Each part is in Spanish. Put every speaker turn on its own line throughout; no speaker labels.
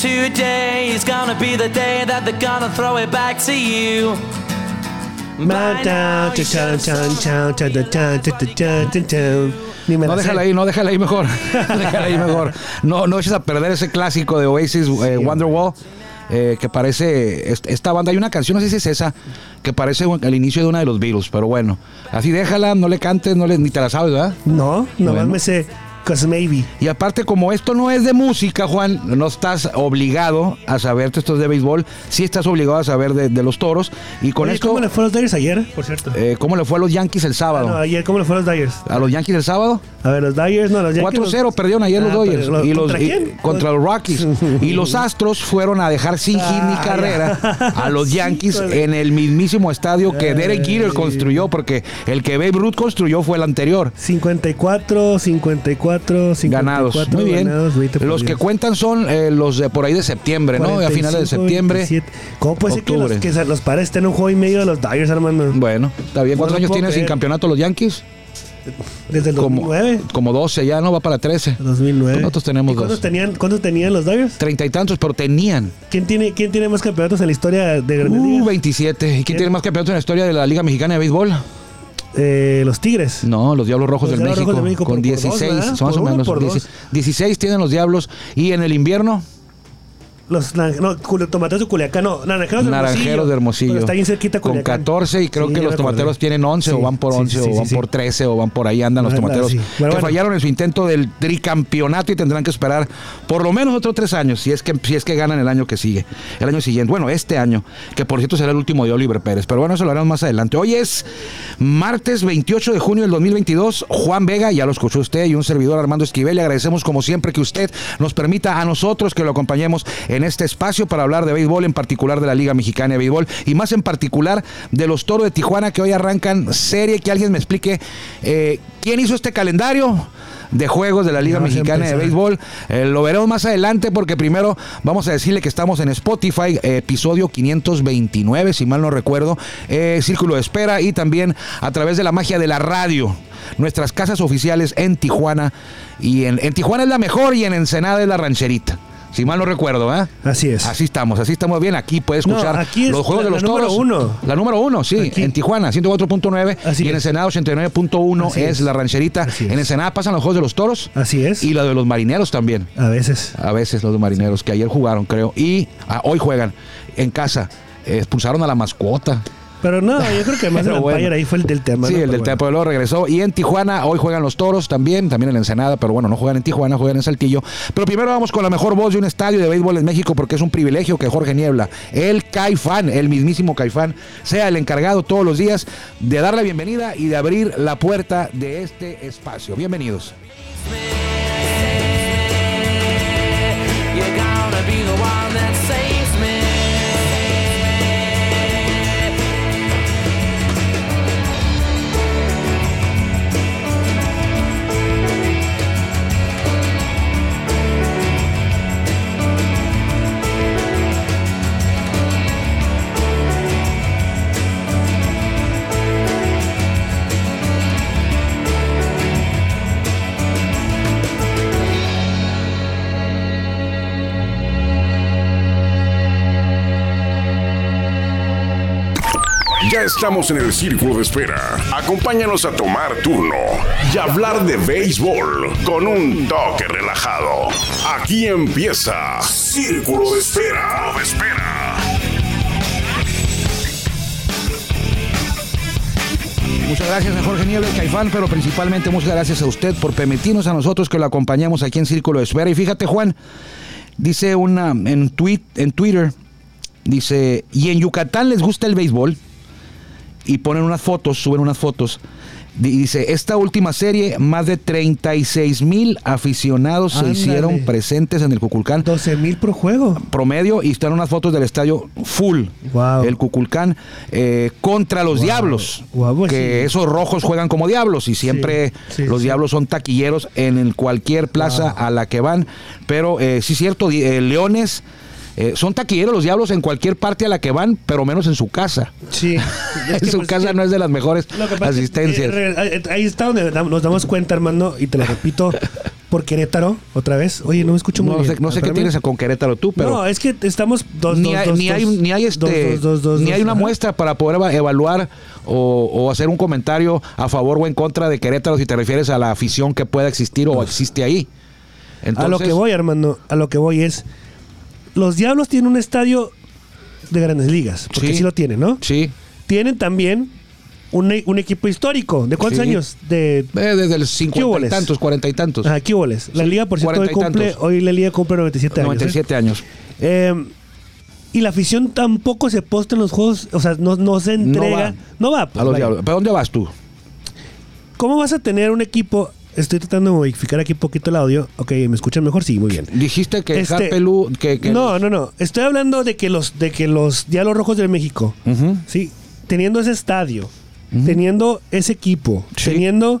Today is gonna be the day that they're gonna throw it back to you. By now, you should've started
Ni me
No,
la sé.
déjala ahí, no, déjala ahí mejor. déjala ahí mejor. No, no eches a perder ese clásico de Oasis, eh, Wonderwall, eh, que parece est- esta banda. Hay una canción, no sé si es esa, que parece el inicio de una de los Beatles, pero bueno. Así déjala, no le cantes, no le, ni te la sabes, ¿verdad?
No, nomás
Bueno.
me sé Cause Maybe.
Y aparte, como esto no es de música, Juan, no estás obligado a saberte esto es de béisbol, sí estás obligado a saber de, de los toros. Y con
Oye,
esto,
¿Cómo le fue a los Dyers ayer, por cierto?
eh, ¿cómo le fue a los Yankees el
Ah,
sábado?
no, ayer, ¿cómo le fue a los Dyers?
¿A los Yankees el sábado?
A ver, los Dyers, no, los Yankees.
4-0
los-
perdieron ayer
Ah,
los Dodgers.
pero,
y los,
¿Contra
y-
quién?
contra los Rockies. y los Astros fueron a dejar sin hit ni
Ah,
carrera
ya.
a los
Sí,
Yankees
híjole.
en el mismísimo estadio que Derek Jeter construyó, porque el que Babe Ruth construyó fue el anterior.
54, 54, 54.
Ganados, muy bien.
ganados, 20
los que
perdidos.
cuentan son eh, los de por ahí de septiembre, ¿no? A
45,
finales de septiembre.
27. ¿Cómo puede ser que los,
octubre.
que se- los padres estén un juego y medio de los Dyers, hermano?
Bueno, está bien.
No
¿Cuántos
lo
años
puedo
tienen sin
creer.
campeonato los Yankees?
Desde el
Como,
2009.
como 12, ya no va para 13.
2009.
Nosotros tenemos
¿Y cuántos
dos.
Tenían, ¿Cuántos tenían los Dodgers?
Treinta y tantos, pero tenían.
¿Quién tiene, ¿Quién tiene más campeonatos en la historia de Grandes
Uh,
Ligas?
27. ¿Y quién tiene más campeonatos en la historia de la Liga Mexicana de Béisbol?
Eh, los Tigres.
No, los Diablos Rojos,
Los
del,
Diablos
México,
Rojos del México,
Con
por- por dos,
16,
¿verdad?
son más
Por
o
uno,
menos.
por
16,
dos.
16 tienen los Diablos. Y en el invierno,
Los nan- no, Cul- tomateros de Culiacán, no, naranjeros de
Naranjeros de Hermosillo.
Pero está bien cerquita
con
Culiacán.
14 y creo
Sí,
que
ya
los
me acordé.
tomateros tienen 11 o
Sí,
van por
sí,
11
sí,
o
sí,
van
sí.
por 13 o van por ahí andan los
Anda,
tomateros
sí.
que
Bueno, bueno.
fallaron en su intento del tricampeonato y tendrán que esperar por lo menos otros tres años si es que si es que ganan el año que sigue, el año siguiente, bueno, este año, que por cierto será el último de Oliver Pérez, pero bueno, eso lo haremos más adelante. Hoy es martes 28 de junio del 2022, Juan Vega, ya lo escuchó usted y un servidor Armando Esquivel, le agradecemos como siempre que usted nos permita a nosotros que lo acompañemos en este espacio para hablar de béisbol, en particular de la Liga Mexicana de Béisbol y más en particular de los Toros de Tijuana que hoy arrancan serie. Que alguien me explique eh, quién hizo este calendario de juegos de la Liga
Vamos a
Mexicana de
empezar.
Béisbol. Eh, lo veremos más adelante porque primero vamos a decirle que estamos en Spotify, eh, episodio 529, si mal no recuerdo, eh, Círculo de Espera y también a través de la magia de la radio. Nuestras casas oficiales en Tijuana y en, en Tijuana es la mejor y en Ensenada es la rancherita. Si mal no recuerdo, ¿eh?
Así es.
Así estamos, así estamos bien. Aquí puede escuchar
No, aquí es
los juegos
la-
de los
la número
toros.
uno.
La número uno, sí.
Aquí.
En Tijuana, 104.9.
Así
Y en
es.
Ensenada, 89.1 es,
Así es.
la rancherita.
Así
En
es.
Ensenada pasan los juegos de los toros.
Así es.
Y la de los marineros también.
A veces.
A veces los de marineros, que ayer jugaron, creo. Y ah, hoy juegan en casa. Eh, Expulsaron a la mascota.
Pero no, yo creo que más
Pero
el
bueno.
umpire ahí fue el del tema.
Sí,
¿no?
el
Pero
del
bueno.
Pueblo regresó. Y en Tijuana, hoy juegan los toros también, también en Ensenada, pero bueno, no juegan en Tijuana, juegan en Saltillo. Pero primero vamos con la mejor voz de un estadio de béisbol en México, porque es un privilegio que Jorge Niebla, el Caifán, el mismísimo Caifán, sea el encargado todos los días de dar la bienvenida y de abrir la puerta de este espacio. Bienvenidos.
You're gonna be the one that saves me.
Ya estamos en el círculo de espera. Acompáñanos a tomar turno y hablar de béisbol con un toque relajado. Aquí empieza Círculo de Espera. De espera.
Muchas gracias a Jorge Niebla y Caifán, pero principalmente muchas gracias a usted por permitirnos a nosotros que lo acompañemos aquí en Círculo de Espera. Y fíjate, Juan, dice una en, tweet, en Twitter, dice, y en Yucatán les gusta el béisbol, y ponen unas fotos, suben unas fotos. Di- Dice, esta última serie, más de 36 mil aficionados
Ándale.
se hicieron presentes en el Cuculcán
12 mil por juego.
promedio y están unas fotos del estadio full.
Wow.
El Cuculcán eh, contra los Diablos.
Guau, pues,
que
sí.
esos rojos juegan como Diablos y siempre
sí,
los
sí.
Diablos son taquilleros en el cualquier plaza a la que van. Pero eh, sí, cierto, di- eh, Leones. eh, son taquilleros los diablos en cualquier parte a la que van, pero menos en su casa.
Sí.
en su casa no es de las mejores
pues, Lo que eh, pasa-
asistencias.
eh, re- ahí está donde da- nos damos cuenta, hermano, y te lo repito, por Querétaro otra vez. Oye, no me escucho muy
No
bien.
sé, no sé
Ah,
qué
espérame.
tienes con Querétaro tú, pero.
no, es que estamos dos,
ni
dos,
hay,
dos,
ni hay,
dos,
ni hay, este,
dos, dos, dos,
ni
dos,
hay una
ajá.
muestra para poder eva- evaluar o, o hacer un comentario a favor o en contra de Querétaro si te refieres a la afición que pueda existir o existe ahí. Entonces,
a lo que voy, Armando, a lo que voy es. Los Diablos tienen un estadio de grandes ligas, porque
Sí.
sí, lo tienen, ¿no?
Sí.
Tienen también un, e- un equipo histórico. ¿De cuántos
Sí.
años? De.
Eh, Desde el 50 y
hubo?
tantos, 40 y tantos.
Ajá, ¿qué hubo? La
Sí,
liga, por cierto, hoy
40 y
cumple,
tantos.
hoy la liga cumple 97, años. ¿eh?
97 años.
Eh, y la afición tampoco se posta en los juegos, o sea, no, no se entrega. No va. pues,
A los
vaya.
diablos. ¿Pero dónde vas tú?
¿Cómo vas a tener un equipo? Estoy tratando de modificar aquí un poquito el audio. Ok, ¿me escuchan mejor? Sí, muy bien.
Dijiste que
Este,
Harpelú- que, que-
no, no, no. Estoy hablando de que los, de que los Diablos Rojos de México,
Ujú.
sí, teniendo ese estadio, teniendo ese equipo,
Sí.
teniendo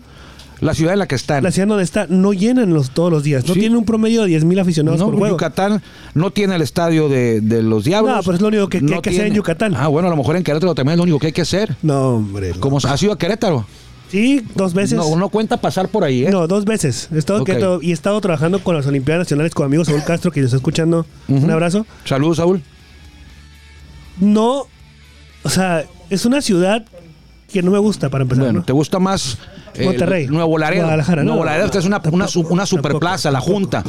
La ciudad en la que están.
la ciudad donde está, no llenan los todos los días. No
Sí.
tienen un promedio de 10 mil aficionados
No,
por juego.
Yucatán no tiene el estadio de, de los diablos.
No, pero es lo único que- que hay que hacer en Yucatán.
Ah, bueno, a lo mejor en Querétaro también es lo único que hay que hacer.
No, hombre. no.
Como ha sido a Querétaro.
Sí, dos veces.
No, no cuenta pasar por ahí, ¿eh?
No, dos veces. He estado
Ok.
quieto y he estado trabajando con las Olimpiadas Nacionales con amigos Saúl Castro, que nos está escuchando. Un abrazo.
Saludos, Saúl.
No, o sea, es una ciudad que no me gusta para empezar.
Bueno,
¿no?
¿te gusta más eh,
Monterrey.
Nuevo Laredo?
Guadalajara, no,
Nuevo Laredo,
no,
que es una,
tampoco,
una su- una
tampoco,
superplaza, la
tampoco.
Junta.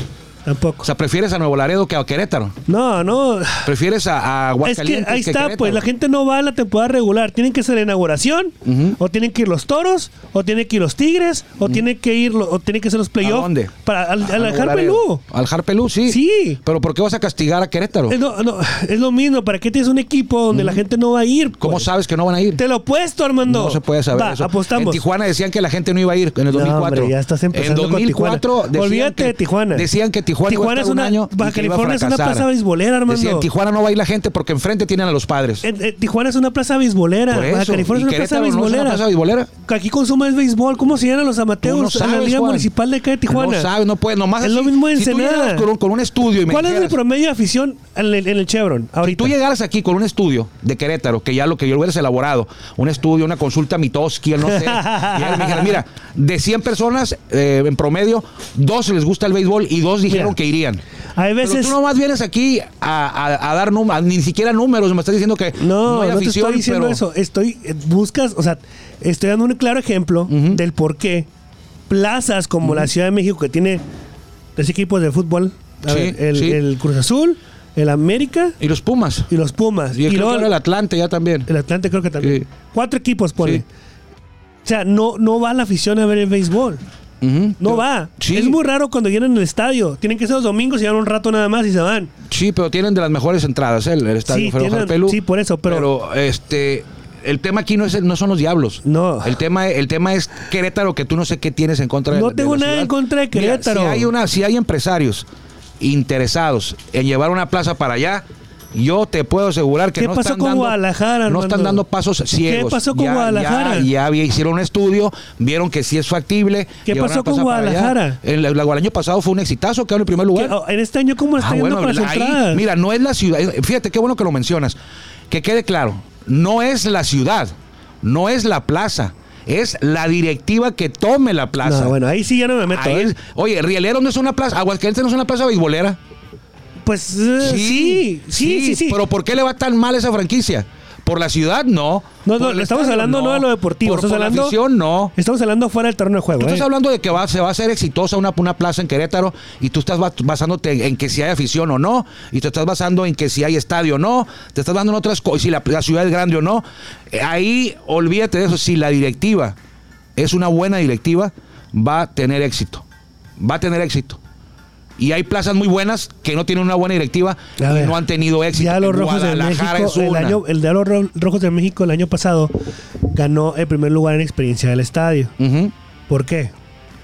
Tampoco.
O sea, prefieres a Nuevo Laredo que a Querétaro.
No, no.
Prefieres a, a
Es que
Aguascalientes
ahí está,
Querétaro?
pues la gente no va a la temporada regular. Tienen que ser la inauguración,
Ujú.
o tienen que ir los toros, o tienen que ir los tigres, o tienen que ir, lo- o tienen que ser los playoffs.
dónde?
Para, al,
A
al
Nuevo
Harper
Laredo.
Lou.
Al Harpelú, sí.
Sí.
Pero ¿por qué vas a castigar a Querétaro?
Es lo, no, es lo mismo. ¿Para qué tienes un equipo donde la gente no va a ir?
¿Cómo
pues?
sabes que no van a ir?
Te lo he puesto, Armando.
No se puede saber
Va,
eso.
apostamos.
En Tijuana decían que la gente no iba a ir en el
No,
2004.
hombre, ya estás empezando
en
con
2004
Tijuana.
decían
Olvídate
que-
de Tijuana.
Decían que Tijuana, iba a
Tijuana
estar
es una-
un año y
Baja
que iba a
California es una
fracasar.
plaza beisbolera, Armando.
Decían, Tijuana no va a ir la gente porque enfrente tienen a los padres.
En- en Tijuana es una plaza beisbolera.
Por
Baja
eso.
California
¿Y
es una plaza
Querétaro no es una
beisbolera.
plaza beisbolera?
Aquí consumes béisbol. ¿Cómo se llenan los
Tú no
amateurs en la
sabes,
Liga
Juan.
Municipal de acá de Tijuana?
No sabes, no puedes. Nomás
Es
así,
lo mismo en
si tú
Ensenada.
llegaras con un, con un estudio y me
¿Cuál es el
dijeras,
promedio de afición en el, en el Chevron
Si
ahorita?
tú llegaras aquí con un estudio de Querétaro, que ya lo que yo lo hubieras elaborado, un estudio, una consulta mitoski, no sé, y ya me dijeras, mira, de 100 personas eh, en promedio, dos les gusta el béisbol y dos dijeron
Mira,
que irían.
Hay
Pero
veces...
tú nomás vienes aquí a, a- a dar números, ni siquiera números, me estás diciendo que
No, no,
hay
te
afición,
estoy diciendo
pero-
eso. Estoy, eh, buscas, o sea, estoy dando un claro ejemplo del por qué plazas como la Ciudad de México, que tiene tres equipos de fútbol, a
Sí,
ver, el,
sí.
el Cruz Azul, el América
Y los Pumas.
y los Pumas.
Y,
Y
creo que
luego
ahora el Atlante ya también.
el Atlante creo que también.
Sí.
Cuatro equipos pone.
Sí.
O sea, no, no va la afición a ver el béisbol.
Ujú.
No va.
Sí.
Es muy raro cuando llenan el estadio. Tienen que ser los domingos y llevan un rato nada más y se van.
Sí, pero tienen de las mejores entradas, ¿eh? el, el estadio
Sí,
Ferro
tienen-
Harpelú.
sí, por eso, pero-
este, el tema aquí no, es, el- no son los diablos.
No.
El tema, el tema es Querétaro, que tú no sé qué tienes en contra de
No
de
tengo
la
nada
ciudad.
en contra de
Mira,
Querétaro.
si, hay una, si hay empresarios interesados en llevar una plaza para allá, yo te puedo asegurar que
¿Qué
no
pasó
están
con
dando,
Guadalajara,
no
Armando?
están dando pasos
¿Qué
ciegos.
pasó con Guadalajara?
Ya, ya había- hicieron un estudio, vieron que sí es factible.
¿Qué
llevaron
pasó
una plaza
con
para allá.
Guadalajara?
El, el- el año pasado fue un exitazo, quedó en el primer
Que,
lugar.
oh, en este año, ¿cómo está
Ah,
yendo
bueno,
para las
ahí,
entradas?
mira, no es la ciudad. Fíjate qué bueno que lo mencionas. Que quede claro, no es la ciudad, no es la plaza, es la directiva que tome la plaza.
No, bueno, ahí sí ya no me meto.
Ahí
¿eh?
es- oye, Rielero no es una plaza, Aguascalientes no es una plaza beisbolera.
Pues eh, sí, sí, sí, sí.
Pero ¿por qué le va tan mal a esa franquicia? ¿Por la ciudad? No.
no,
Por
no,
el
estamos
estadio,
hablando no. de lo deportivo.
Por,
estamos
por la
hablando,
afición, no.
Estamos hablando fuera del terreno de juego.
Tú
¿eh?
estás hablando de que va, se va a hacer exitosa una, una plaza en Querétaro y tú estás bas- basándote en, en que si hay afición o no, y te estás basando en que si hay estadio o no, te estás dando en otras cosas, si la, la ciudad es grande o no. Eh, Ahí olvídate de eso, si la directiva es una buena directiva, va a tener éxito. Va a tener éxito. Y hay plazas muy buenas que no tienen una buena directiva
A
y
ver,
no han tenido éxito.
Ya los rojos de
Guadalajara
México,
es
el,
una.
año, el Diablo Ro- Rojos de México el año pasado ganó el primer lugar en experiencia del estadio.
Ujú,
¿Por qué?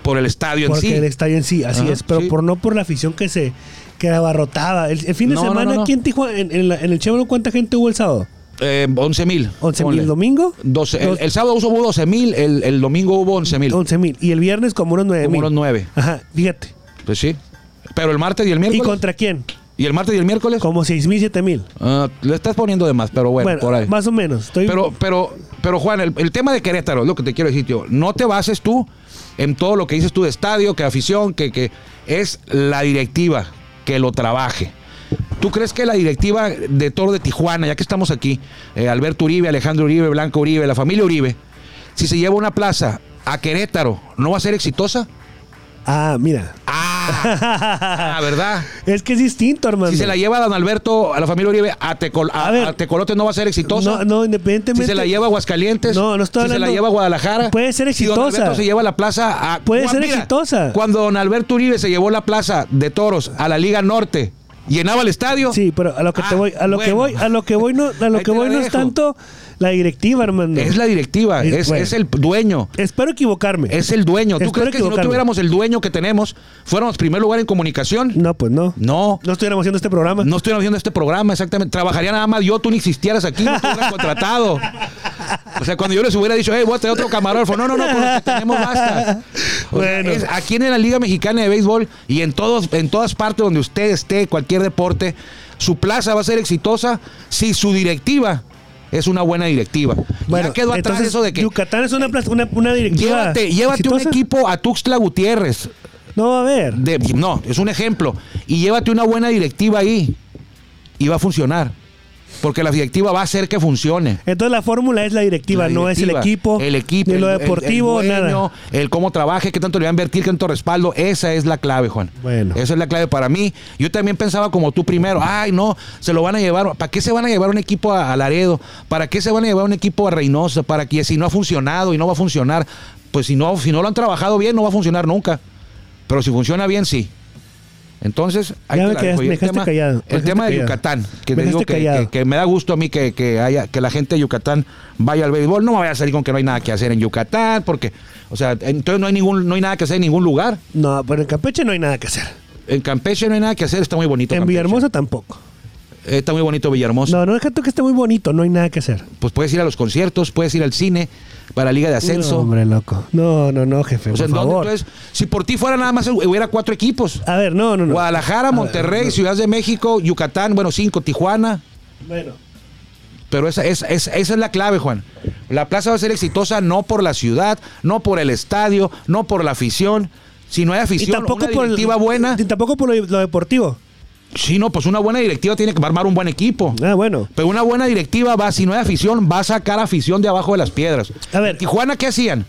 Por el estadio en
Porque
sí.
el estadio en sí, así
Ajá,
es, pero
sí.
por no por la afición que se que abarrotaba. El, el fin de
No, no,
semana
no, no.
aquí en Tijuana, en, en la- en el Chevron, ¿cuánta gente hubo el sábado?
Eh, 11 mil.
¿11
ponle.
mil domingo?
12, el,
Dos-
el sábado hubo 12 mil, el, el domingo hubo 11 mil.
11 mil. Y el viernes como unos 9 mil.
Como unos nueve.
Ajá, fíjate.
Pues sí. Pero el martes y el
¿Y
miércoles. ¿Y,
contra quién?
el martes y el miércoles?
Como 6 mil, 7 mil.
Ah, le estás poniendo de más, pero bueno,
Bueno,
por ahí.
más o menos. Estoy-
Pero, pero pero Juan, el, el tema de Querétaro, es lo que te quiero decir, tío. No te bases tú en todo lo que dices tú de estadio, que afición, que, que es la directiva que lo trabaje. ¿Tú crees que la directiva de Toro de Tijuana, ya que estamos aquí, eh, Alberto Uribe, Alejandro Uribe, Blanco Uribe, la familia Uribe, si se lleva una plaza a Querétaro, ¿no va a ser exitosa?
Ah, mira.
Ah, ah, ¿verdad?
Es que es distinto, hermano.
Si se la lleva a Don Alberto, a la familia Uribe, a, Tecol- a-
A ver.
a Tecolote no va a ser exitosa.
no, no, independientemente.
Si se la lleva a Aguascalientes,
No, no estoy
si se la
hablando-
lleva a Guadalajara,
Puede ser
Si don
exitosa.
Alberto se lleva la plaza a
Puede
Juan,
ser exitosa.
Cuando Don Alberto Uribe se llevó la plaza de Toros a la Liga Norte, llenaba el estadio.
Sí, pero a lo que
Ah,
te voy, a lo que
bueno.
voy, a lo que voy no, a lo
Ahí
que
te
voy
la
no es
dejo.
tanto la directiva, hermano.
Es la directiva,
Sí,
es,
bueno.
es el dueño.
Espero equivocarme.
Es el dueño. ¿Tú
Espero
crees que si no
equivocarme.
tuviéramos el dueño que tenemos, fuéramos primer lugar en comunicación?
No, pues no.
No.
No estuviéramos haciendo este programa.
No estuviéramos haciendo este programa, exactamente. Trabajaría nada más yo, tú ni existieras aquí, no te hubieran contratado. O sea, cuando yo les hubiera dicho, hey, voy a traer otro camarógrafo. No, no, no, con los que tenemos basta. O
Bueno.
sea, es aquí en la Liga Mexicana de Béisbol y en, todos, en todas partes donde usted esté, cualquier deporte, su plaza va a ser exitosa si su directiva es una buena directiva.
Bueno,
ya quedó atrás
entonces,
eso de que
Yucatán es una, plaza- una, una directiva.
llévate, llévate un
exitosa.
equipo a Tuxtla Gutiérrez,
No va a haber.
de- no, es un ejemplo. Y llévate una buena directiva ahí. Y va a funcionar. Porque la directiva va a hacer que funcione.
Entonces la fórmula es la directiva,
La
no es el
directiva,
equipo.
El equipo.
Ni lo
el- el-
deportivo,
el dueño,
nada.
El cómo trabaje, qué tanto le va a invertir, qué tanto respaldo. Esa es la clave, Juan.
Bueno.
Esa es la clave para mí. Yo también pensaba como tú primero. Ay, no, se lo van a llevar. ¿Para qué se van a llevar un equipo a, a Laredo? ¿Para qué se van a llevar un equipo a Reynosa? ¿Para que si no ha funcionado y no va a funcionar? Pues si no, si no lo han trabajado bien, no va a funcionar nunca. Pero si funciona bien, sí. Entonces,
Ya
te
me
la
quedas-
dejo. Y
me
el
dejaste
tema,
callado, me
El
dejaste
tema de
callado.
Yucatán, que
Me
te digo
dejaste
que- que-
callado.
que que me da gusto a mí que, que haya que la gente de Yucatán vaya al béisbol. No me vaya a salir con que no hay nada que hacer en Yucatán, porque, o sea, entonces no hay ningún, no hay nada que hacer en ningún lugar.
No, pero en Campeche no hay nada que hacer.
En Campeche no hay nada que hacer, está muy bonito.
En
Campeche.
Villahermosa tampoco.
Eh, Está muy bonito Villahermosa.
No, no es que que esté muy bonito, no hay nada que hacer.
Pues puedes ir a los conciertos, puedes ir al cine, para Liga de
No,
Ascenso.
hombre, loco. No, no, no, jefe,
o sea,
por
¿en dónde?
favor.
Entonces, si por ti fuera nada más hubiera cuatro equipos.
A ver, no, Ah, no, no.
Guadalajara, Monterrey, Ciudad de México, Yucatán, bueno, cinco, Tijuana.
Bueno.
Pero esa, esa, esa- esa es la clave, Juan. La plaza va a ser exitosa no por la ciudad, no por el estadio, no por la afición. Si no hay
Y
afición,
tampoco
una
por el-
directiva buena.
Y tampoco por lo, lo deportivo.
Sí, no, pues una buena directiva tiene que armar un buen equipo.
Ah, bueno.
Pero una buena directiva va, si no hay afición, va a sacar afición de abajo de las piedras.
A ver.
¿En Tijuana, ¿qué hacían?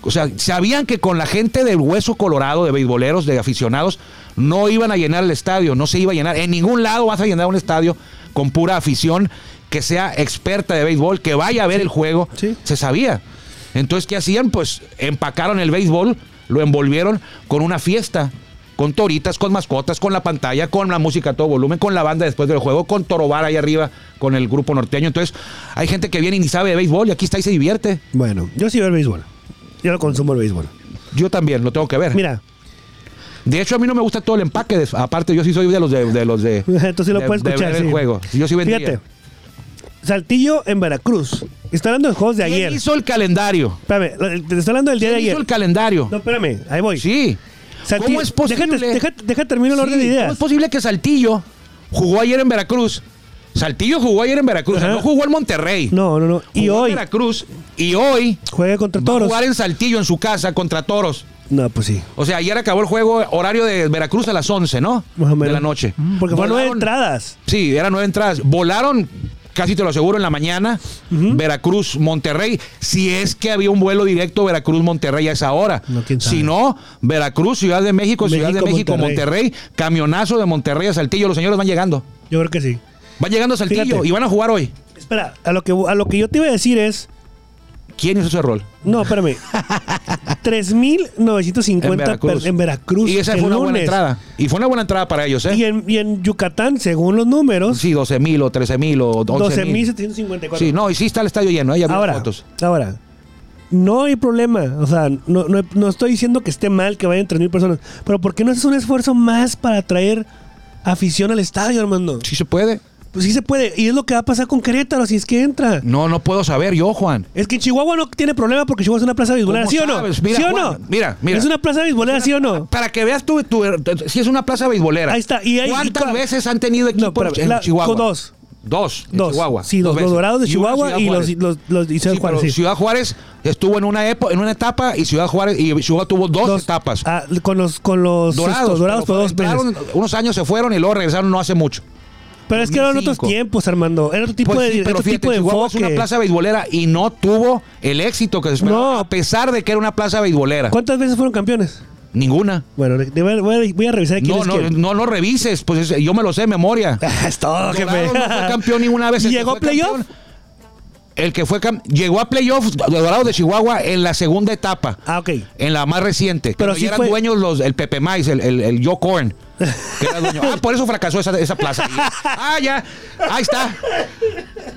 O sea, sabían que con la gente del hueso colorado, de beisboleros, de aficionados, no iban a llenar el estadio, no se iba a llenar. En ningún lado vas a llenar un estadio con pura afición que sea experta de béisbol, que vaya a ver el juego.
sí.
Se sabía. Entonces, ¿qué hacían? Pues empacaron el béisbol, lo envolvieron con una fiesta, con toritas, con mascotas, con la pantalla, con la música a todo volumen, con la banda después del juego, con Torobar ahí arriba, con el grupo norteño. Entonces, hay gente que viene y ni sabe de béisbol y aquí está y se divierte.
Bueno, yo sí veo el béisbol. Yo no consumo el béisbol.
Yo también lo tengo que ver.
Mira,
De hecho, a mí no me gusta todo el empaque. de- aparte, yo sí soy de los de, de los de.
Tú sí lo
de-
puedes
de ver
escuchar,
el
sí.
juego. Yo sí vendría.
fíjate. Saltillo en Veracruz. Está hablando de juegos de
¿Quién
ayer.
hizo el calendario?
Espérame, lo- te estoy hablando del día de
¿Quién hizo
ayer.
el calendario?
No, espérame, ahí voy.
Sí.
Saltillo-
¿Cómo es posible?
Déjate, deja, deja termino el orden de
Sí, ¿Cómo
ideas.
es posible que Saltillo jugó ayer en Veracruz? Saltillo jugó ayer en Veracruz. o sea,
Ajá.
no jugó en Monterrey.
No, no, no. Y
Jugó en
hoy
Veracruz. Y hoy
juega contra
va a
toros.
jugar en Saltillo, en su casa, contra Toros.
No, pues sí.
O sea, ayer acabó el juego horario de Veracruz a las 11, ¿no?
Más o menos.
De la noche.
Porque fueron nueve
Volaron-
entradas.
Sí, eran nueve entradas. Volaron, casi te lo aseguro, en la mañana, Veracruz, Monterrey. Si es que había un vuelo directo Veracruz-Monterrey a esa hora.
No, quién sabe.
si no, Veracruz, Ciudad de México, Ciudad de
México,
México, Monterrey. camionazo de Monterrey a Saltillo. Los señores van llegando.
Yo creo que sí.
Van llegando a Saltillo
Fíjate.
y van a jugar hoy.
Espera, a lo que, a lo que yo te iba a decir es.
¿Quién hizo ese rol?
No, espérame. 3.950 per- en Veracruz.
Y esa
el
fue una buena
lunes.
entrada. Y fue una buena entrada para ellos, ¿eh?
Y en, y en Yucatán, según los números,
Sí, 12 mil o 13 mil o 11 mil.
12.754.
Sí, no, y sí está el estadio lleno. ¿eh? Ya vi las
ahora,
fotos.
ahora, no hay problema. O sea, no, no, no estoy diciendo que esté mal que vayan 3.000 personas. Pero ¿por qué no haces un esfuerzo más para atraer afición al estadio, hermano?
Sí se puede.
Pues sí se puede. Y es lo que va a pasar con Querétaro si es que entra.
No, no puedo saber yo, Juan.
Es que Chihuahua no tiene problema porque Chihuahua es una plaza beisbolera,
¿Cómo
¿sí o no?
sabes? Mira,
¿Sí o
Juan,
no?
mira, mira.
Es una plaza beisbolera, ¿sí o no?
Para que veas tú, tú- si es una plaza beisbolera.
Ahí está, y ahí-
¿Cuántas
y cua-
veces han tenido equipo
No, pero
en
la-
Chihuahua?
con dos.
Dos, de
Dos.
Chihuahua.
Sí, los, los
veces.
dorados de
Y uno
Chihuahua
Ciudad
y los,
Juárez.
los, los de Ciudad
Sí,
Juárez.
pero
sí.
Ciudad Juárez estuvo en una, epo- en una etapa y Ciudad Juárez y Chihuahua tuvo dos,
Dos.
etapas.
Ah, con los, con los
dorados,
estos, dorados por
pero
dos veces.
entraron, unos años se fueron y luego regresaron no hace mucho.
Pero es que eran
2005.
otros tiempos, Armando. Era otro tipo
Pues
de,
sí, pero
otro
fíjate,
este tipo de
Chihuahua es una
enfoque.
plaza beisbolera y no tuvo el éxito que se esperaba,
No.
a pesar de que era una plaza beisbolera.
¿Cuántas veces fueron campeones?
Ninguna.
Bueno, de- voy a, voy a- voy a revisar quién
No,
es
no,
quién.
no, no revises, pues es- yo me lo sé de memoria.
es todo, jefe.
Dorados no fue campeón ninguna vez. El que
¿Llegó
fue
playoff?
campeón- El que fue cam- llegó a playoff Dorados de Chihuahua en la segunda etapa.
Ah, ok.
En la más reciente.
Pero
Pero
sí
eran
fue-
dueños los, el Pepe Mais, el, el, el Joe Corn. que era dueño. Ah, por eso fracasó esa, esa plaza. Ah, ya. Ahí está.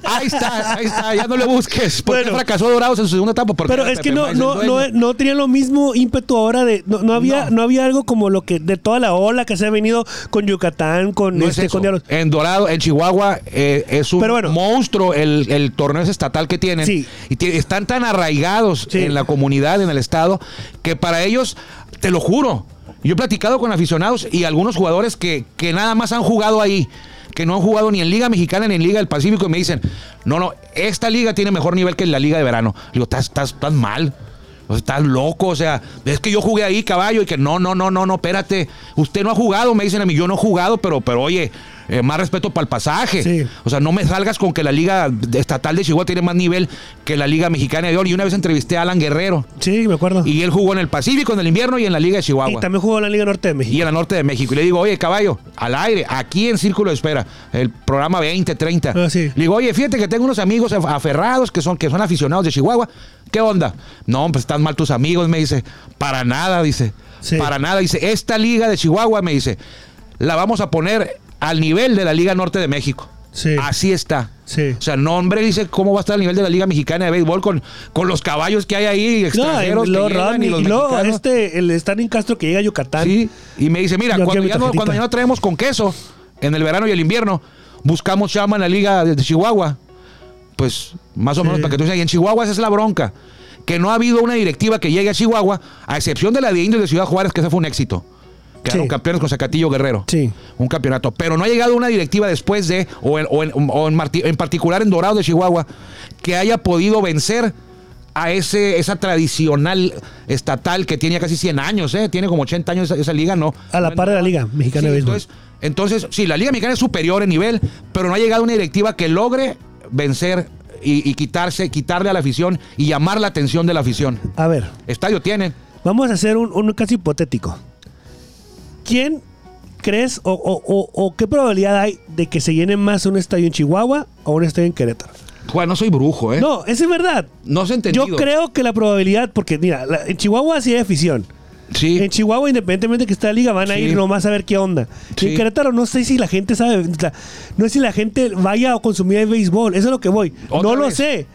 Ahí está, ahí está. Ya no le busques. ¿Por qué
Bueno.
fracasó Dorados en su segunda etapa? Porque
Pero
era
es que
Pepe
no,
Mais el
no,
dueño.
no, no tenía lo mismo ímpetu ahora de. No, no había, no.
No.
había algo como lo que. de toda la ola que se ha venido con Yucatán, con
No es
este,
eso. Eh,
con Diablos.
En Dorado, en Chihuahua, eh, es un
Pero bueno.
monstruo el, el torneo ese estatal que tienen.
Sí.
Y tie- están tan arraigados
Sí.
en la comunidad, en el estado, que para ellos, te lo juro, yo he platicado con aficionados y algunos jugadores que, que nada más han jugado ahí, que no han jugado ni en Liga Mexicana ni en Liga del Pacífico, y me dicen, no, no, esta liga tiene mejor nivel que la Liga de Verano. Le digo, estás, estás, estás mal. O sea, Estás loco, o sea, es que yo jugué ahí caballo y que no, no, no, no, no, espérate. Usted no ha jugado, me dicen a mí, yo no he jugado, pero, pero oye, eh, más respeto para el pasaje.
Sí.
O sea, no me salgas con que la liga de- estatal de Chihuahua tiene más nivel que la liga mexicana de oro. Y una vez entrevisté a Alan Guerrero
Sí, me acuerdo. Y,
y él jugó en el Pacífico, en el invierno y en la liga de Chihuahua.
también jugó en la Liga Norte de México.
Y en la norte de México. Y le digo, oye, caballo, al aire, aquí en Círculo de Espera, el programa 20, 30.
Ah, sí.
Le digo, oye, fíjate que tengo unos amigos af- aferrados que son, que son aficionados de Chihuahua. ¿Qué onda? No, pues están mal tus amigos, me dice. Para nada, dice.
Sí.
Para nada, dice. Esta liga de Chihuahua, me dice, la vamos a poner al nivel de la Liga Norte de México.
Sí.
Así está.
Sí.
O sea, no, hombre, dice cómo va a estar el nivel de la Liga Mexicana de Béisbol con, con los caballos que hay ahí,
No, y
extranjeros. que
luego
llegan
Rodney,
y los
y luego
mexicanos.
este, el Stanin Castro que llega a Yucatán.
Sí, y me dice, mira,
Yo quiero
cuando
mi
ya, no,
tarjetita.
cuando ya no traemos con queso, en el verano y el invierno, buscamos chama en la liga de de Chihuahua. Pues más o menos para que tú seas. Y en Chihuahua esa es la bronca. Que no ha habido una directiva que llegue a Chihuahua, a excepción de la de Indios de Ciudad Juárez, que ese fue un éxito. Quedaron
Sí.
campeones con Zacatillo Guerrero.
Sí.
Un campeonato. Pero no ha llegado una directiva después de, o en, o en- o en Marti- en particular en Dorado de Chihuahua, que haya podido vencer a ese, esa tradicional estatal que tiene ya casi 100 años, ¿eh? tiene como 80 años esa, esa liga, ¿no?
A la par de la Liga Mexicana de
ah, Sí,
Béisbol.
entonces, entonces, sí, la Liga Mexicana es superior en nivel, pero no ha llegado una directiva que logre vencer y, y quitarse, quitarle a la afición y llamar la atención de la afición.
A ver,
Estadio tienen.
vamos a hacer un, un caso hipotético. ¿Quién crees o, o- o- o qué probabilidad hay de que se llene más un estadio en Chihuahua o un estadio en Querétaro?
Juan, no soy brujo, ¿eh? No,
No, eso es verdad.
se entendió.
Yo creo que la probabilidad, porque mira, la- en Chihuahua sí hay afición.
Sí.
En Chihuahua, independientemente de que está la liga, van a
Sí.
ir nomás a ver qué onda. Y En
Sí.
Querétaro no sé si la gente sabe, o sea, no sé si la gente vaya o consumía el béisbol, eso es lo que voy.
Otra
No lo
vez.
sé.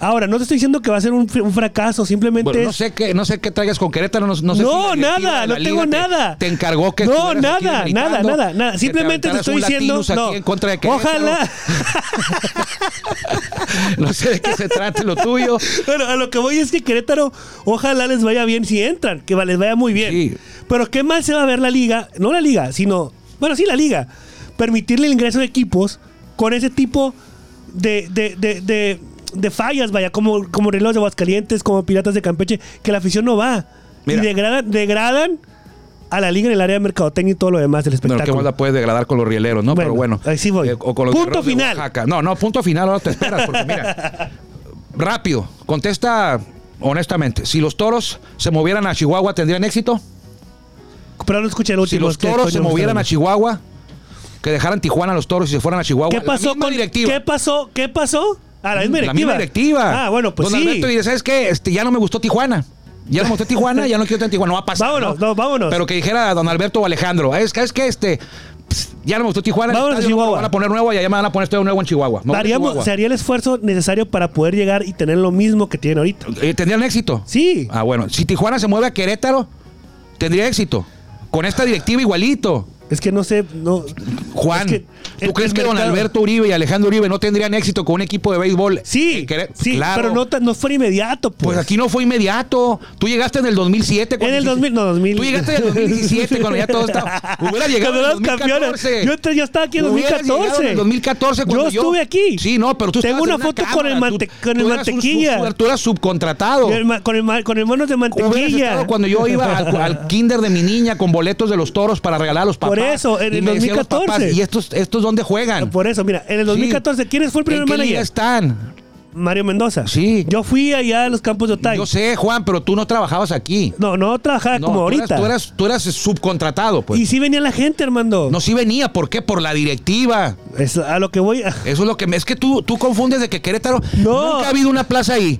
Ahora, no te estoy diciendo que va a ser un, fr- un fracaso, simplemente
Bueno, no
es-
sé qué, no sé qué traigas con Querétaro, no, no sé
No,
si la directiva
nada,
de la
no
liga
tengo
te-
nada.
Te encargó que
No,
estuvieras aquí
nada,
gritando,
nada, nada, nada.
que
Simplemente te,
aventaras
estoy
un
diciendo.
Latinos aquí
no.
en contra de Querétaro.
Ojalá.
No sé de qué se trate lo tuyo.
Bueno, a lo que voy es que Querétaro, ojalá les vaya bien si entran, que va- les vaya muy bien.
Sí.
Pero qué mal se va a ver la liga, no la liga, sino, bueno, sí la liga, permitirle el ingreso de equipos con ese tipo de, de, de, de- de fallas, vaya, como, como reloj de Aguascalientes, como Piratas de Campeche, que la afición no va.
Mira.
Y degradan, degradan a la liga en el área de mercadotecnia y todo lo demás del
Bueno, que
espectáculo.
más la puedes degradar con los rieleros, ¿no?
Bueno,
Pero bueno. eh,
ahí sí voy.
o con los
Punto
guerreros de
final.
Oaxaca. No, no, punto final, ahora te esperas, porque mira. rápido, contesta honestamente. Si los toros se movieran a Chihuahua, ¿tendrían éxito?
Pero no escuché el
Si
último.
los
que
toros
coño
se
me está
movieran a
hablando.
Chihuahua, que dejaran Tijuana a los toros y se fueran a Chihuahua.
¿Qué pasó
la misma
con
directiva. Mm,
¿Qué pasó? ¿Qué pasó? A la misma
La
directiva.
misma directiva.
Ah, bueno, pues
Don
sí.
Alberto diría, ¿sabes qué? Este, ya no me gustó Tijuana. Ya no me gustó Tijuana, ya no quiero estar en Tijuana. No va a pasar.
Vámonos, no, vámonos.
Pero que dijera don Alberto o Alejandro, es que, es que este. pss, Ya no me gustó Tijuana. el
Vámonos a
estadio no me lo
Chihuahua.
Van a poner nuevo y allá me van a poner todo nuevo en Chihuahua. Me voy a
Daríamos-
Chihuahua.
se haría el esfuerzo necesario para poder llegar y tener lo mismo que tienen ahorita.
Eh, ¿Tendrían éxito?
Sí.
Ah, bueno. Si Tijuana se mueve a Querétaro, tendría éxito. Con esta directiva igualito.
Es que no sé, no.
Juan,
es que el-
¿tú crees
el
que don
mercado-
Alberto Uribe y Alejandro Uribe no tendrían éxito con un equipo de béisbol?
Sí,
Eh, Que-
sí,
claro.
pero no, tan- no fue inmediato, pues.
Pues aquí no fue inmediato. Tú llegaste en el 2007.
En
cuando
el
hiciste-
2000, no, 2000.
Tú llegaste en el 2017 cuando ya todo estaba. Hubiera llegado en el
Cuando éramos campeones.
2014.
Yo, te- yo estaba aquí en el
Hubieras llegado
2014.
En el 2014 cuando
yo estuve aquí.
Sí, no, pero tú
Tengo
estabas en
una foto con el,
cámara,
mante-
tú-
con el
tú eras un
mantequilla.
sub- Tú eras subcontratado.
Con el ma- Con el, ma- con el manos de
Hubieras
mantequilla.
estado cuando yo iba al, al kinder de mi niña con boletos de los toros para regalar a los papás.
Por eso, en
Y
el
me decían los
2014.
papás, ¿Y estos, estos dónde juegan?
Por eso, mira, en el
Sí.
2014, ¿quién fue el primer
¿En qué liga
manager?
están?
Mario Mendoza.
Sí.
Yo fui allá a los campos de Otay.
Yo sé, Juan, pero tú no trabajabas aquí.
No, no trabajaba
No,
como
tú eras-
ahorita.
Tú eras, tú eras subcontratado, pues.
Y sí venía la gente, Armando.
No, sí venía. ¿Por qué? Por la directiva.
Es a lo que voy. a-
Eso es lo que me... Es que tú, tú confundes de que Querétaro...
No.
Nunca ha habido una plaza ahí.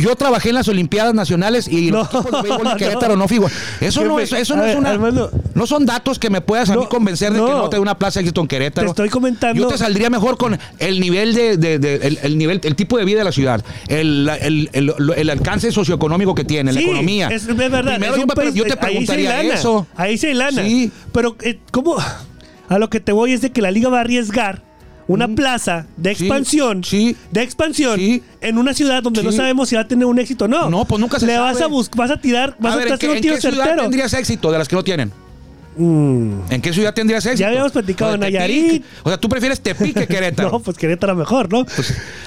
Yo trabajé en las Olimpiadas Nacionales y los
No,
equipos de béisbol de
no.
Querétaro no, figuran. Eso no,
Jefe,
es, eso
a
no es
ver,
una...
Armando.
no son datos que me puedas a mí
No,
convencer de que
no.
no te dé una plaza de éxito en Querétaro.
Te estoy comentando-
Yo te saldría mejor con el nivel de... de- de- el, el nivel... El tipo de vida de la ciudad. El, la- el- el- lo- el alcance socioeconómico que tiene, la
Sí,
economía.
Es, es verdad.
Primero
es
yo,
un
me pre-
país-
yo te
ahí sí hay
preguntaría
lana,
eso.
Ahí sí hay lana.
Sí.
Pero, eh, ¿cómo? A lo que te voy es de que la liga va a arriesgar una plaza de
Mm. Sí,
expansión.
sí.
de expansión.
Sí.
En una ciudad donde no
Sí.
sabemos si va a tener un éxito o no.
No, pues nunca se
Le vas
sabe.
a buscar, vas a tirar, vas a,
a ver, ¿en
estar
qué,
un
en
tiro
qué ciudad
certero.
tendrías éxito de las que no tienen?
Mm,
¿En qué ciudad tendrías éxito?
habíamos platicado
O de
en
Tepic.
Nayarit.
O sea, tú prefieres Tepic que Querétaro. Pues,
No, pues Querétaro mejor, ¿no?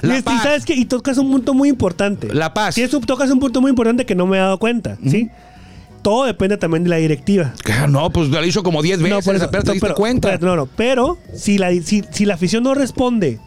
La
y, es- y
Paz.
sabes que y tocas un punto muy importante.
La Paz.
Sí, eso- tocas un punto muy importante que no me he dado cuenta, ¿sí? Todo depende también de la directiva.
Ah, No, pues lo hizo como 10 veces.
por eso,
apenas te
no,
diste
pero-
cuenta.
espérate, no, no, pero si la, si, si la afición no responde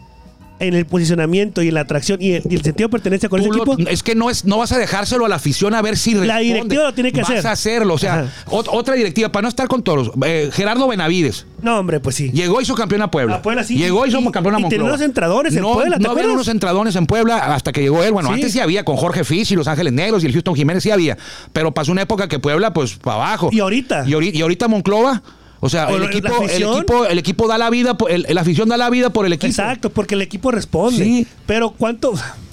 en el posicionamiento y en la atracción y el, y el sentido de pertenencia con
Tú
ese
lo-
equipo,
es que no es no vas a dejárselo a la afición a ver si responde.
directiva lo tiene que
Vas
hacer.
a hacerlo. O sea,
Ajá.
ot- otra directiva, para no estar con toros. eh, Gerardo Benavides.
no, hombre, pues sí.
Llegó y hizo campeón a Puebla.
A Puebla, sí.
Llegó y hizo
Y-
campeón a
y
Monclova.
tenía unos entradores en
no,
Puebla, ¿te
No había
acuerdas?
unos entradores en Puebla hasta que llegó él. Bueno,
Sí.
antes sí había con Jorge Fish y Los Ángeles Negros y el Houston Jiménez sí había. Pero pasó una época que Puebla, pues, para abajo.
Y ahorita.
Y, ahori- y ahorita Monclova. O sea,
Pero
el
la
equipo, el,
afición-
equipo, el equipo da la vida, por- el, la afición da la vida por el equipo.
Exacto, porque el equipo responde.
Sí.
Pero cuánto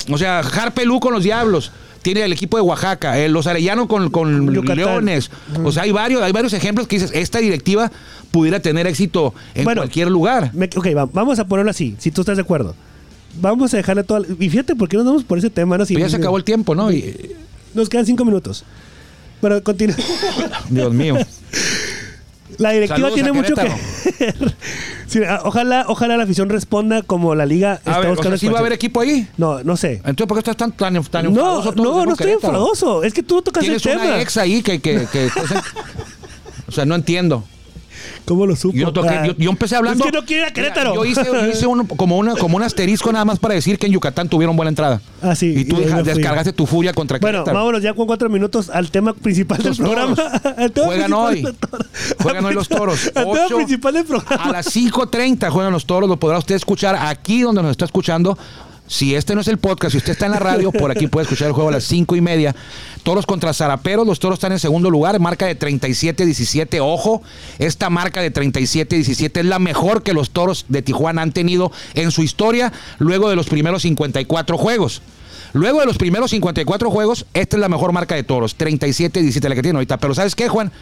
O sea, Harpelú con los Diablos. Tiene el equipo de Oaxaca, eh, los Arellano con, con
Yucatán.
Leones. O sea, hay varios, hay varios ejemplos que dices, esta directiva pudiera tener éxito en
Bueno,
cualquier lugar.
Me- ok, va- vamos a ponerlo así, si tú estás de acuerdo. Vamos a dejarle toda... Y fíjate, ¿por qué nos vamos por ese tema? No, Si-
Pero ya se acabó el tiempo, ¿no? Y-
Nos quedan cinco minutos. Pero continúa.
Dios mío.
La directiva
Saludos
tiene
a
mucho que ver. Sí, a- ojalá, ojalá la afición responda como la liga
A
está
ver, o
buscando.
sea, ¿sí va a haber
expansión.
equipo ahí?
No, no sé.
Entonces, ¿por qué estás tan, tan, tan
No,
enfadoso todo
no,
el tiempo
no estoy
Querétaro?
enfadoso. Es que tú no tocas el
Tienes
tema.
una ex ahí que... que, que- o sea, no entiendo.
¿Cómo lo supo?
Yo, no toqué-
Ah.
yo- yo empecé hablando...
Es que no quiere ir a Querétaro.
Yo hice, yo hice un- como, una, como un asterisco nada más para decir que en Yucatán tuvieron buena entrada.
Ah, sí,
Y tú
y ahí
deja-
me fui.
descargaste tu furia contra
bueno,
Querétaro.
vámonos ya con cuatro minutos al tema principal del
Los
programa.
toros.
Al tema
Juegan
principal
hoy.
del toro.
Juegan hoy los toros.
Al tema
Ocho
principal del programa.
A las 5.30 juegan los toros, lo podrá usted escuchar aquí donde nos está escuchando. Si este no es el podcast, si usted está en la radio, por aquí puede escuchar el juego a las cinco y media. Toros contra Zaraperos, los toros están en segundo lugar, marca de 37-17. Ojo, esta marca de 37-17 es la mejor que los toros de Tijuana han tenido en su historia, luego de los primeros 54 juegos. Luego de los primeros 54 juegos, esta es la mejor marca de toros, 37-17 la que tiene ahorita. Pero ¿sabes qué, Juan?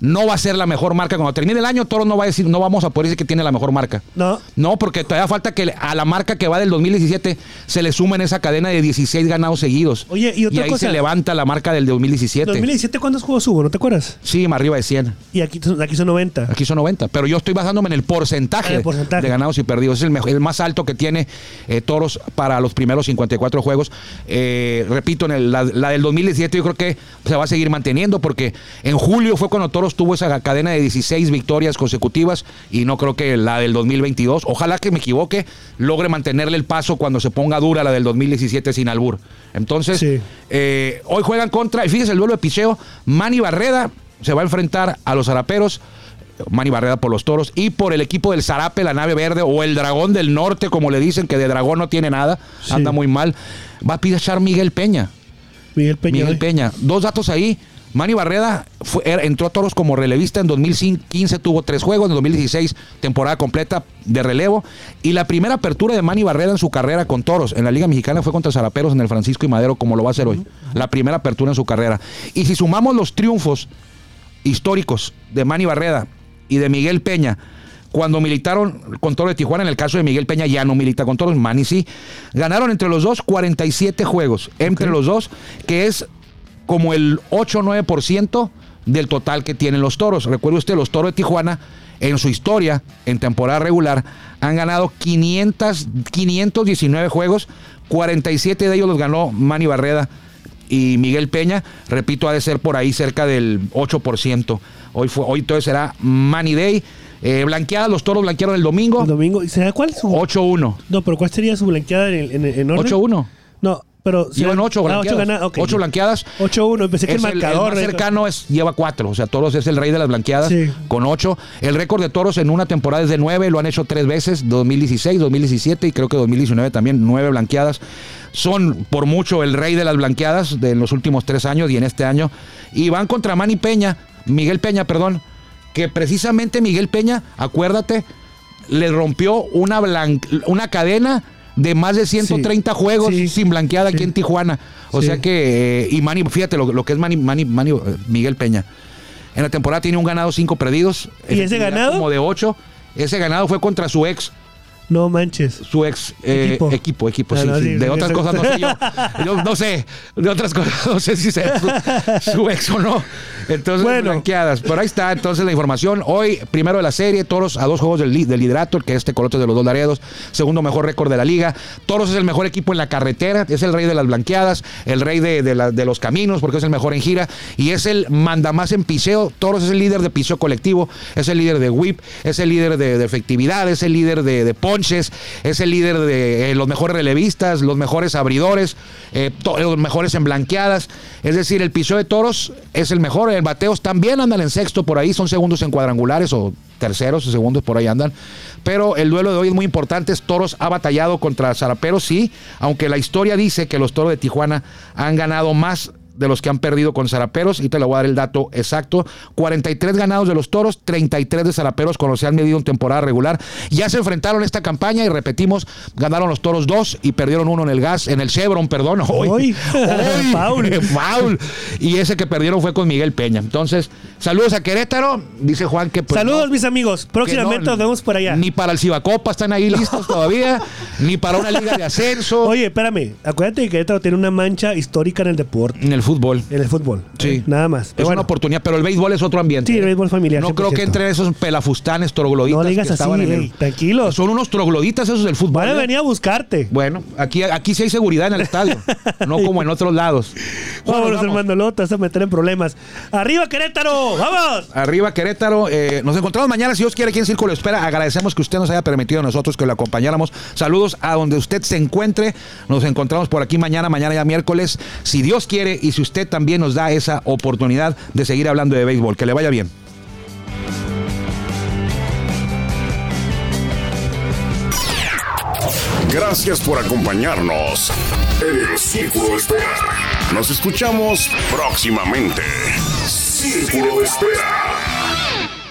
No va a ser la mejor marca. Cuando termine el año, Toro no va a decir, no vamos a poder decir que tiene la mejor marca.
No.
No, porque todavía falta que a la marca que va del 2017 se le sumen esa cadena de 16 ganados seguidos.
Oye, y otra
ahí
cosa.
se levanta la marca del 2017.
2017, ¿cuántos juegos hubo? ¿No te acuerdas?
Sí, más arriba de 100.
Y aquí, aquí son 90.
Aquí son 90. Pero yo estoy basándome en el porcentaje,
En Ah, el porcentaje.
de ganados y perdidos. Es el, mejor- el más alto que tiene eh, Toros para los primeros 54 juegos. Eh, repito, en el- la, la del 2017 yo creo que se va a seguir manteniendo porque en julio fue cuando Toros tuvo esa cadena de 16 victorias consecutivas y no creo que la del 2022, ojalá que me equivoque, logre mantenerle el paso cuando se ponga dura la del 2017 sin albur. Entonces,
Sí.
eh, hoy juegan contra, y fíjese el duelo de picheo, Manny Barreda se va a enfrentar a los Araperos. Manny Barreda por los toros y por el equipo del Zarape, la nave verde o el dragón del norte, como le dicen, que de dragón no tiene nada,
Sí.
anda muy mal. Va a pichar Miguel Peña.
Miguel Peña. eh.
Miguel Peña. Dos datos ahí. Manny Barreda fue- er- entró a toros como relevista en 2015, tuvo tres juegos, en 2016 temporada completa de relevo. Y la primera apertura de Manny Barreda en su carrera con toros en la Liga Mexicana fue contra Zaraperos en el Francisco y Madero, como lo va a hacer hoy. La primera apertura en su carrera. Y si sumamos los triunfos históricos de Manny Barreda y de Miguel Peña. Cuando militaron con Toro de Tijuana, en el caso de Miguel Peña ya no milita con Toros, Manny sí. Ganaron entre los dos 47 juegos, entre los dos, que es como el 8-9% del total que tienen los toros. Recuerde usted, los toros de Tijuana, en su historia, en temporada regular, han ganado 500, 519 juegos, 47 de ellos los ganó Manny Barreda y Miguel Peña, repito, ha de ser por ahí cerca del 8%. Hoy, fue, hoy entonces será Manny Day. Eh, blanqueadas, los toros blanquearon el domingo,
El domingo. ¿Y será cuál su?
8-1.
No, pero ¿cuál sería su blanqueada en, el- en, el- en orden?
8-1.
No, pero. Ah,
Llevan 8 blanqueadas. 8
ganadas.
blanqueadas.
8-1. Empecé que el
Es el- el
marcador.
más
eh,
cercano es, lleva cuatro. O sea, Toros es el rey de las blanqueadas
Sí.
con ocho. El récord de Toros en una temporada es de nueve. Lo han hecho tres veces, 2016, 2017 y creo que 2019 también, nueve blanqueadas. Son por mucho el rey de las blanqueadas de los últimos tres años y en este año. Y van contra Manny Peña, Miguel Peña, perdón. Que precisamente Miguel Peña, acuérdate, le rompió una, blan- una cadena de más de 130 juegos
Sí.
sin blanqueada aquí
Sí.
en Tijuana. O
Sí.
sea que, eh, y Manny, fíjate lo, lo que es Manny, Manny- Manny, eh, Miguel Peña. En la temporada tiene un ganado, cinco perdidos.
¿Y ese
Efectividad
ganado?
Como de ocho. Ese ganado fue contra su ex,
No manches.
su ex eh,
Equipo.
equipo, equipo,
Ah,
sí,
no,
sí.
sí,
De
sí,
otras
sí.
cosas no sé yo. Yo no sé, de otras cosas no sé si sea su, su ex o no. Entonces, pues,
Bueno.
blanqueadas. Pero ahí está entonces la información. Hoy, primero de la serie, Toros a dos juegos del, li- del liderato, el que es Tecolotes de los dos Laredos, segundo mejor récord de la liga. Toros es el mejor equipo en la carretera, es el rey de las blanqueadas, el rey de, de la- de los caminos, porque es el mejor en gira, y es el mandamás en piseo. Toros es el líder de piseo colectivo, es el líder de whip, es el líder de, de efectividad, es el líder de, de ponches, es el líder de eh, los mejores relevistas, los mejores abridores, eh, to- los mejores en blanqueadas. Es decir, el piso de toros es el mejor. En bateos también andan en sexto por ahí, son segundos en cuadrangulares o terceros o segundos por ahí andan. Pero el duelo de hoy es muy importante. es Toros ha batallado contra Zaraperos, sí, aunque la historia dice que los toros de Tijuana han ganado más de los que han perdido con Zaraperos, y te lo voy a dar el dato exacto, 43 ganados de los Toros, 33 de Zaraperos cuando se han medido en temporada regular. Ya se enfrentaron esta campaña y repetimos, ganaron los Toros dos y perdieron uno en el gas, en el Chevron, perdón, hoy.
Hoy.
Hoy.
Foul.
Foul. Y ese que perdieron fue con Miguel Peña. Entonces, saludos a Querétaro, dice Juan que... pues,
Saludos,
no,
mis amigos.
que
Próximamente
no,
nos vemos por allá.
Ni para el Cibacopa están ahí listos todavía, ni para una liga de ascenso,
Oye, espérame. Acuérdate que Querétaro tiene una mancha histórica en el deporte,
en el fútbol.
en el fútbol.
Sí.
Eh, Nada más.
Es
Pero
una
bueno,
oportunidad, pero el béisbol es otro ambiente.
Sí, el béisbol familiar,
No creo
100%.
que entre esos pelafustanes, trogloditas.
No digas
que estaban
así,
en el-
ey, tranquilos.
Son unos trogloditas esos del fútbol.
van a
¿eh?
venir a buscarte.
Bueno, aquí, aquí sí hay seguridad en el estadio, no como en otros lados.
Vámonos,
Vamos.
hermano, luego te vas a meter en problemas. ¡Arriba, Querétaro! ¡Vamos!
Arriba Querétaro, eh, nos encontramos mañana, si Dios quiere, aquí en Círculo de Espera. Agradecemos que usted nos haya permitido a nosotros que lo acompañáramos. Saludos a donde usted se encuentre. Nos encontramos por aquí mañana, mañana ya miércoles, si Dios quiere y si usted también nos da esa oportunidad de seguir hablando de béisbol. Que le vaya bien.
Gracias por acompañarnos en el Círculo de Espera. Nos escuchamos próximamente. Círculo de Espera.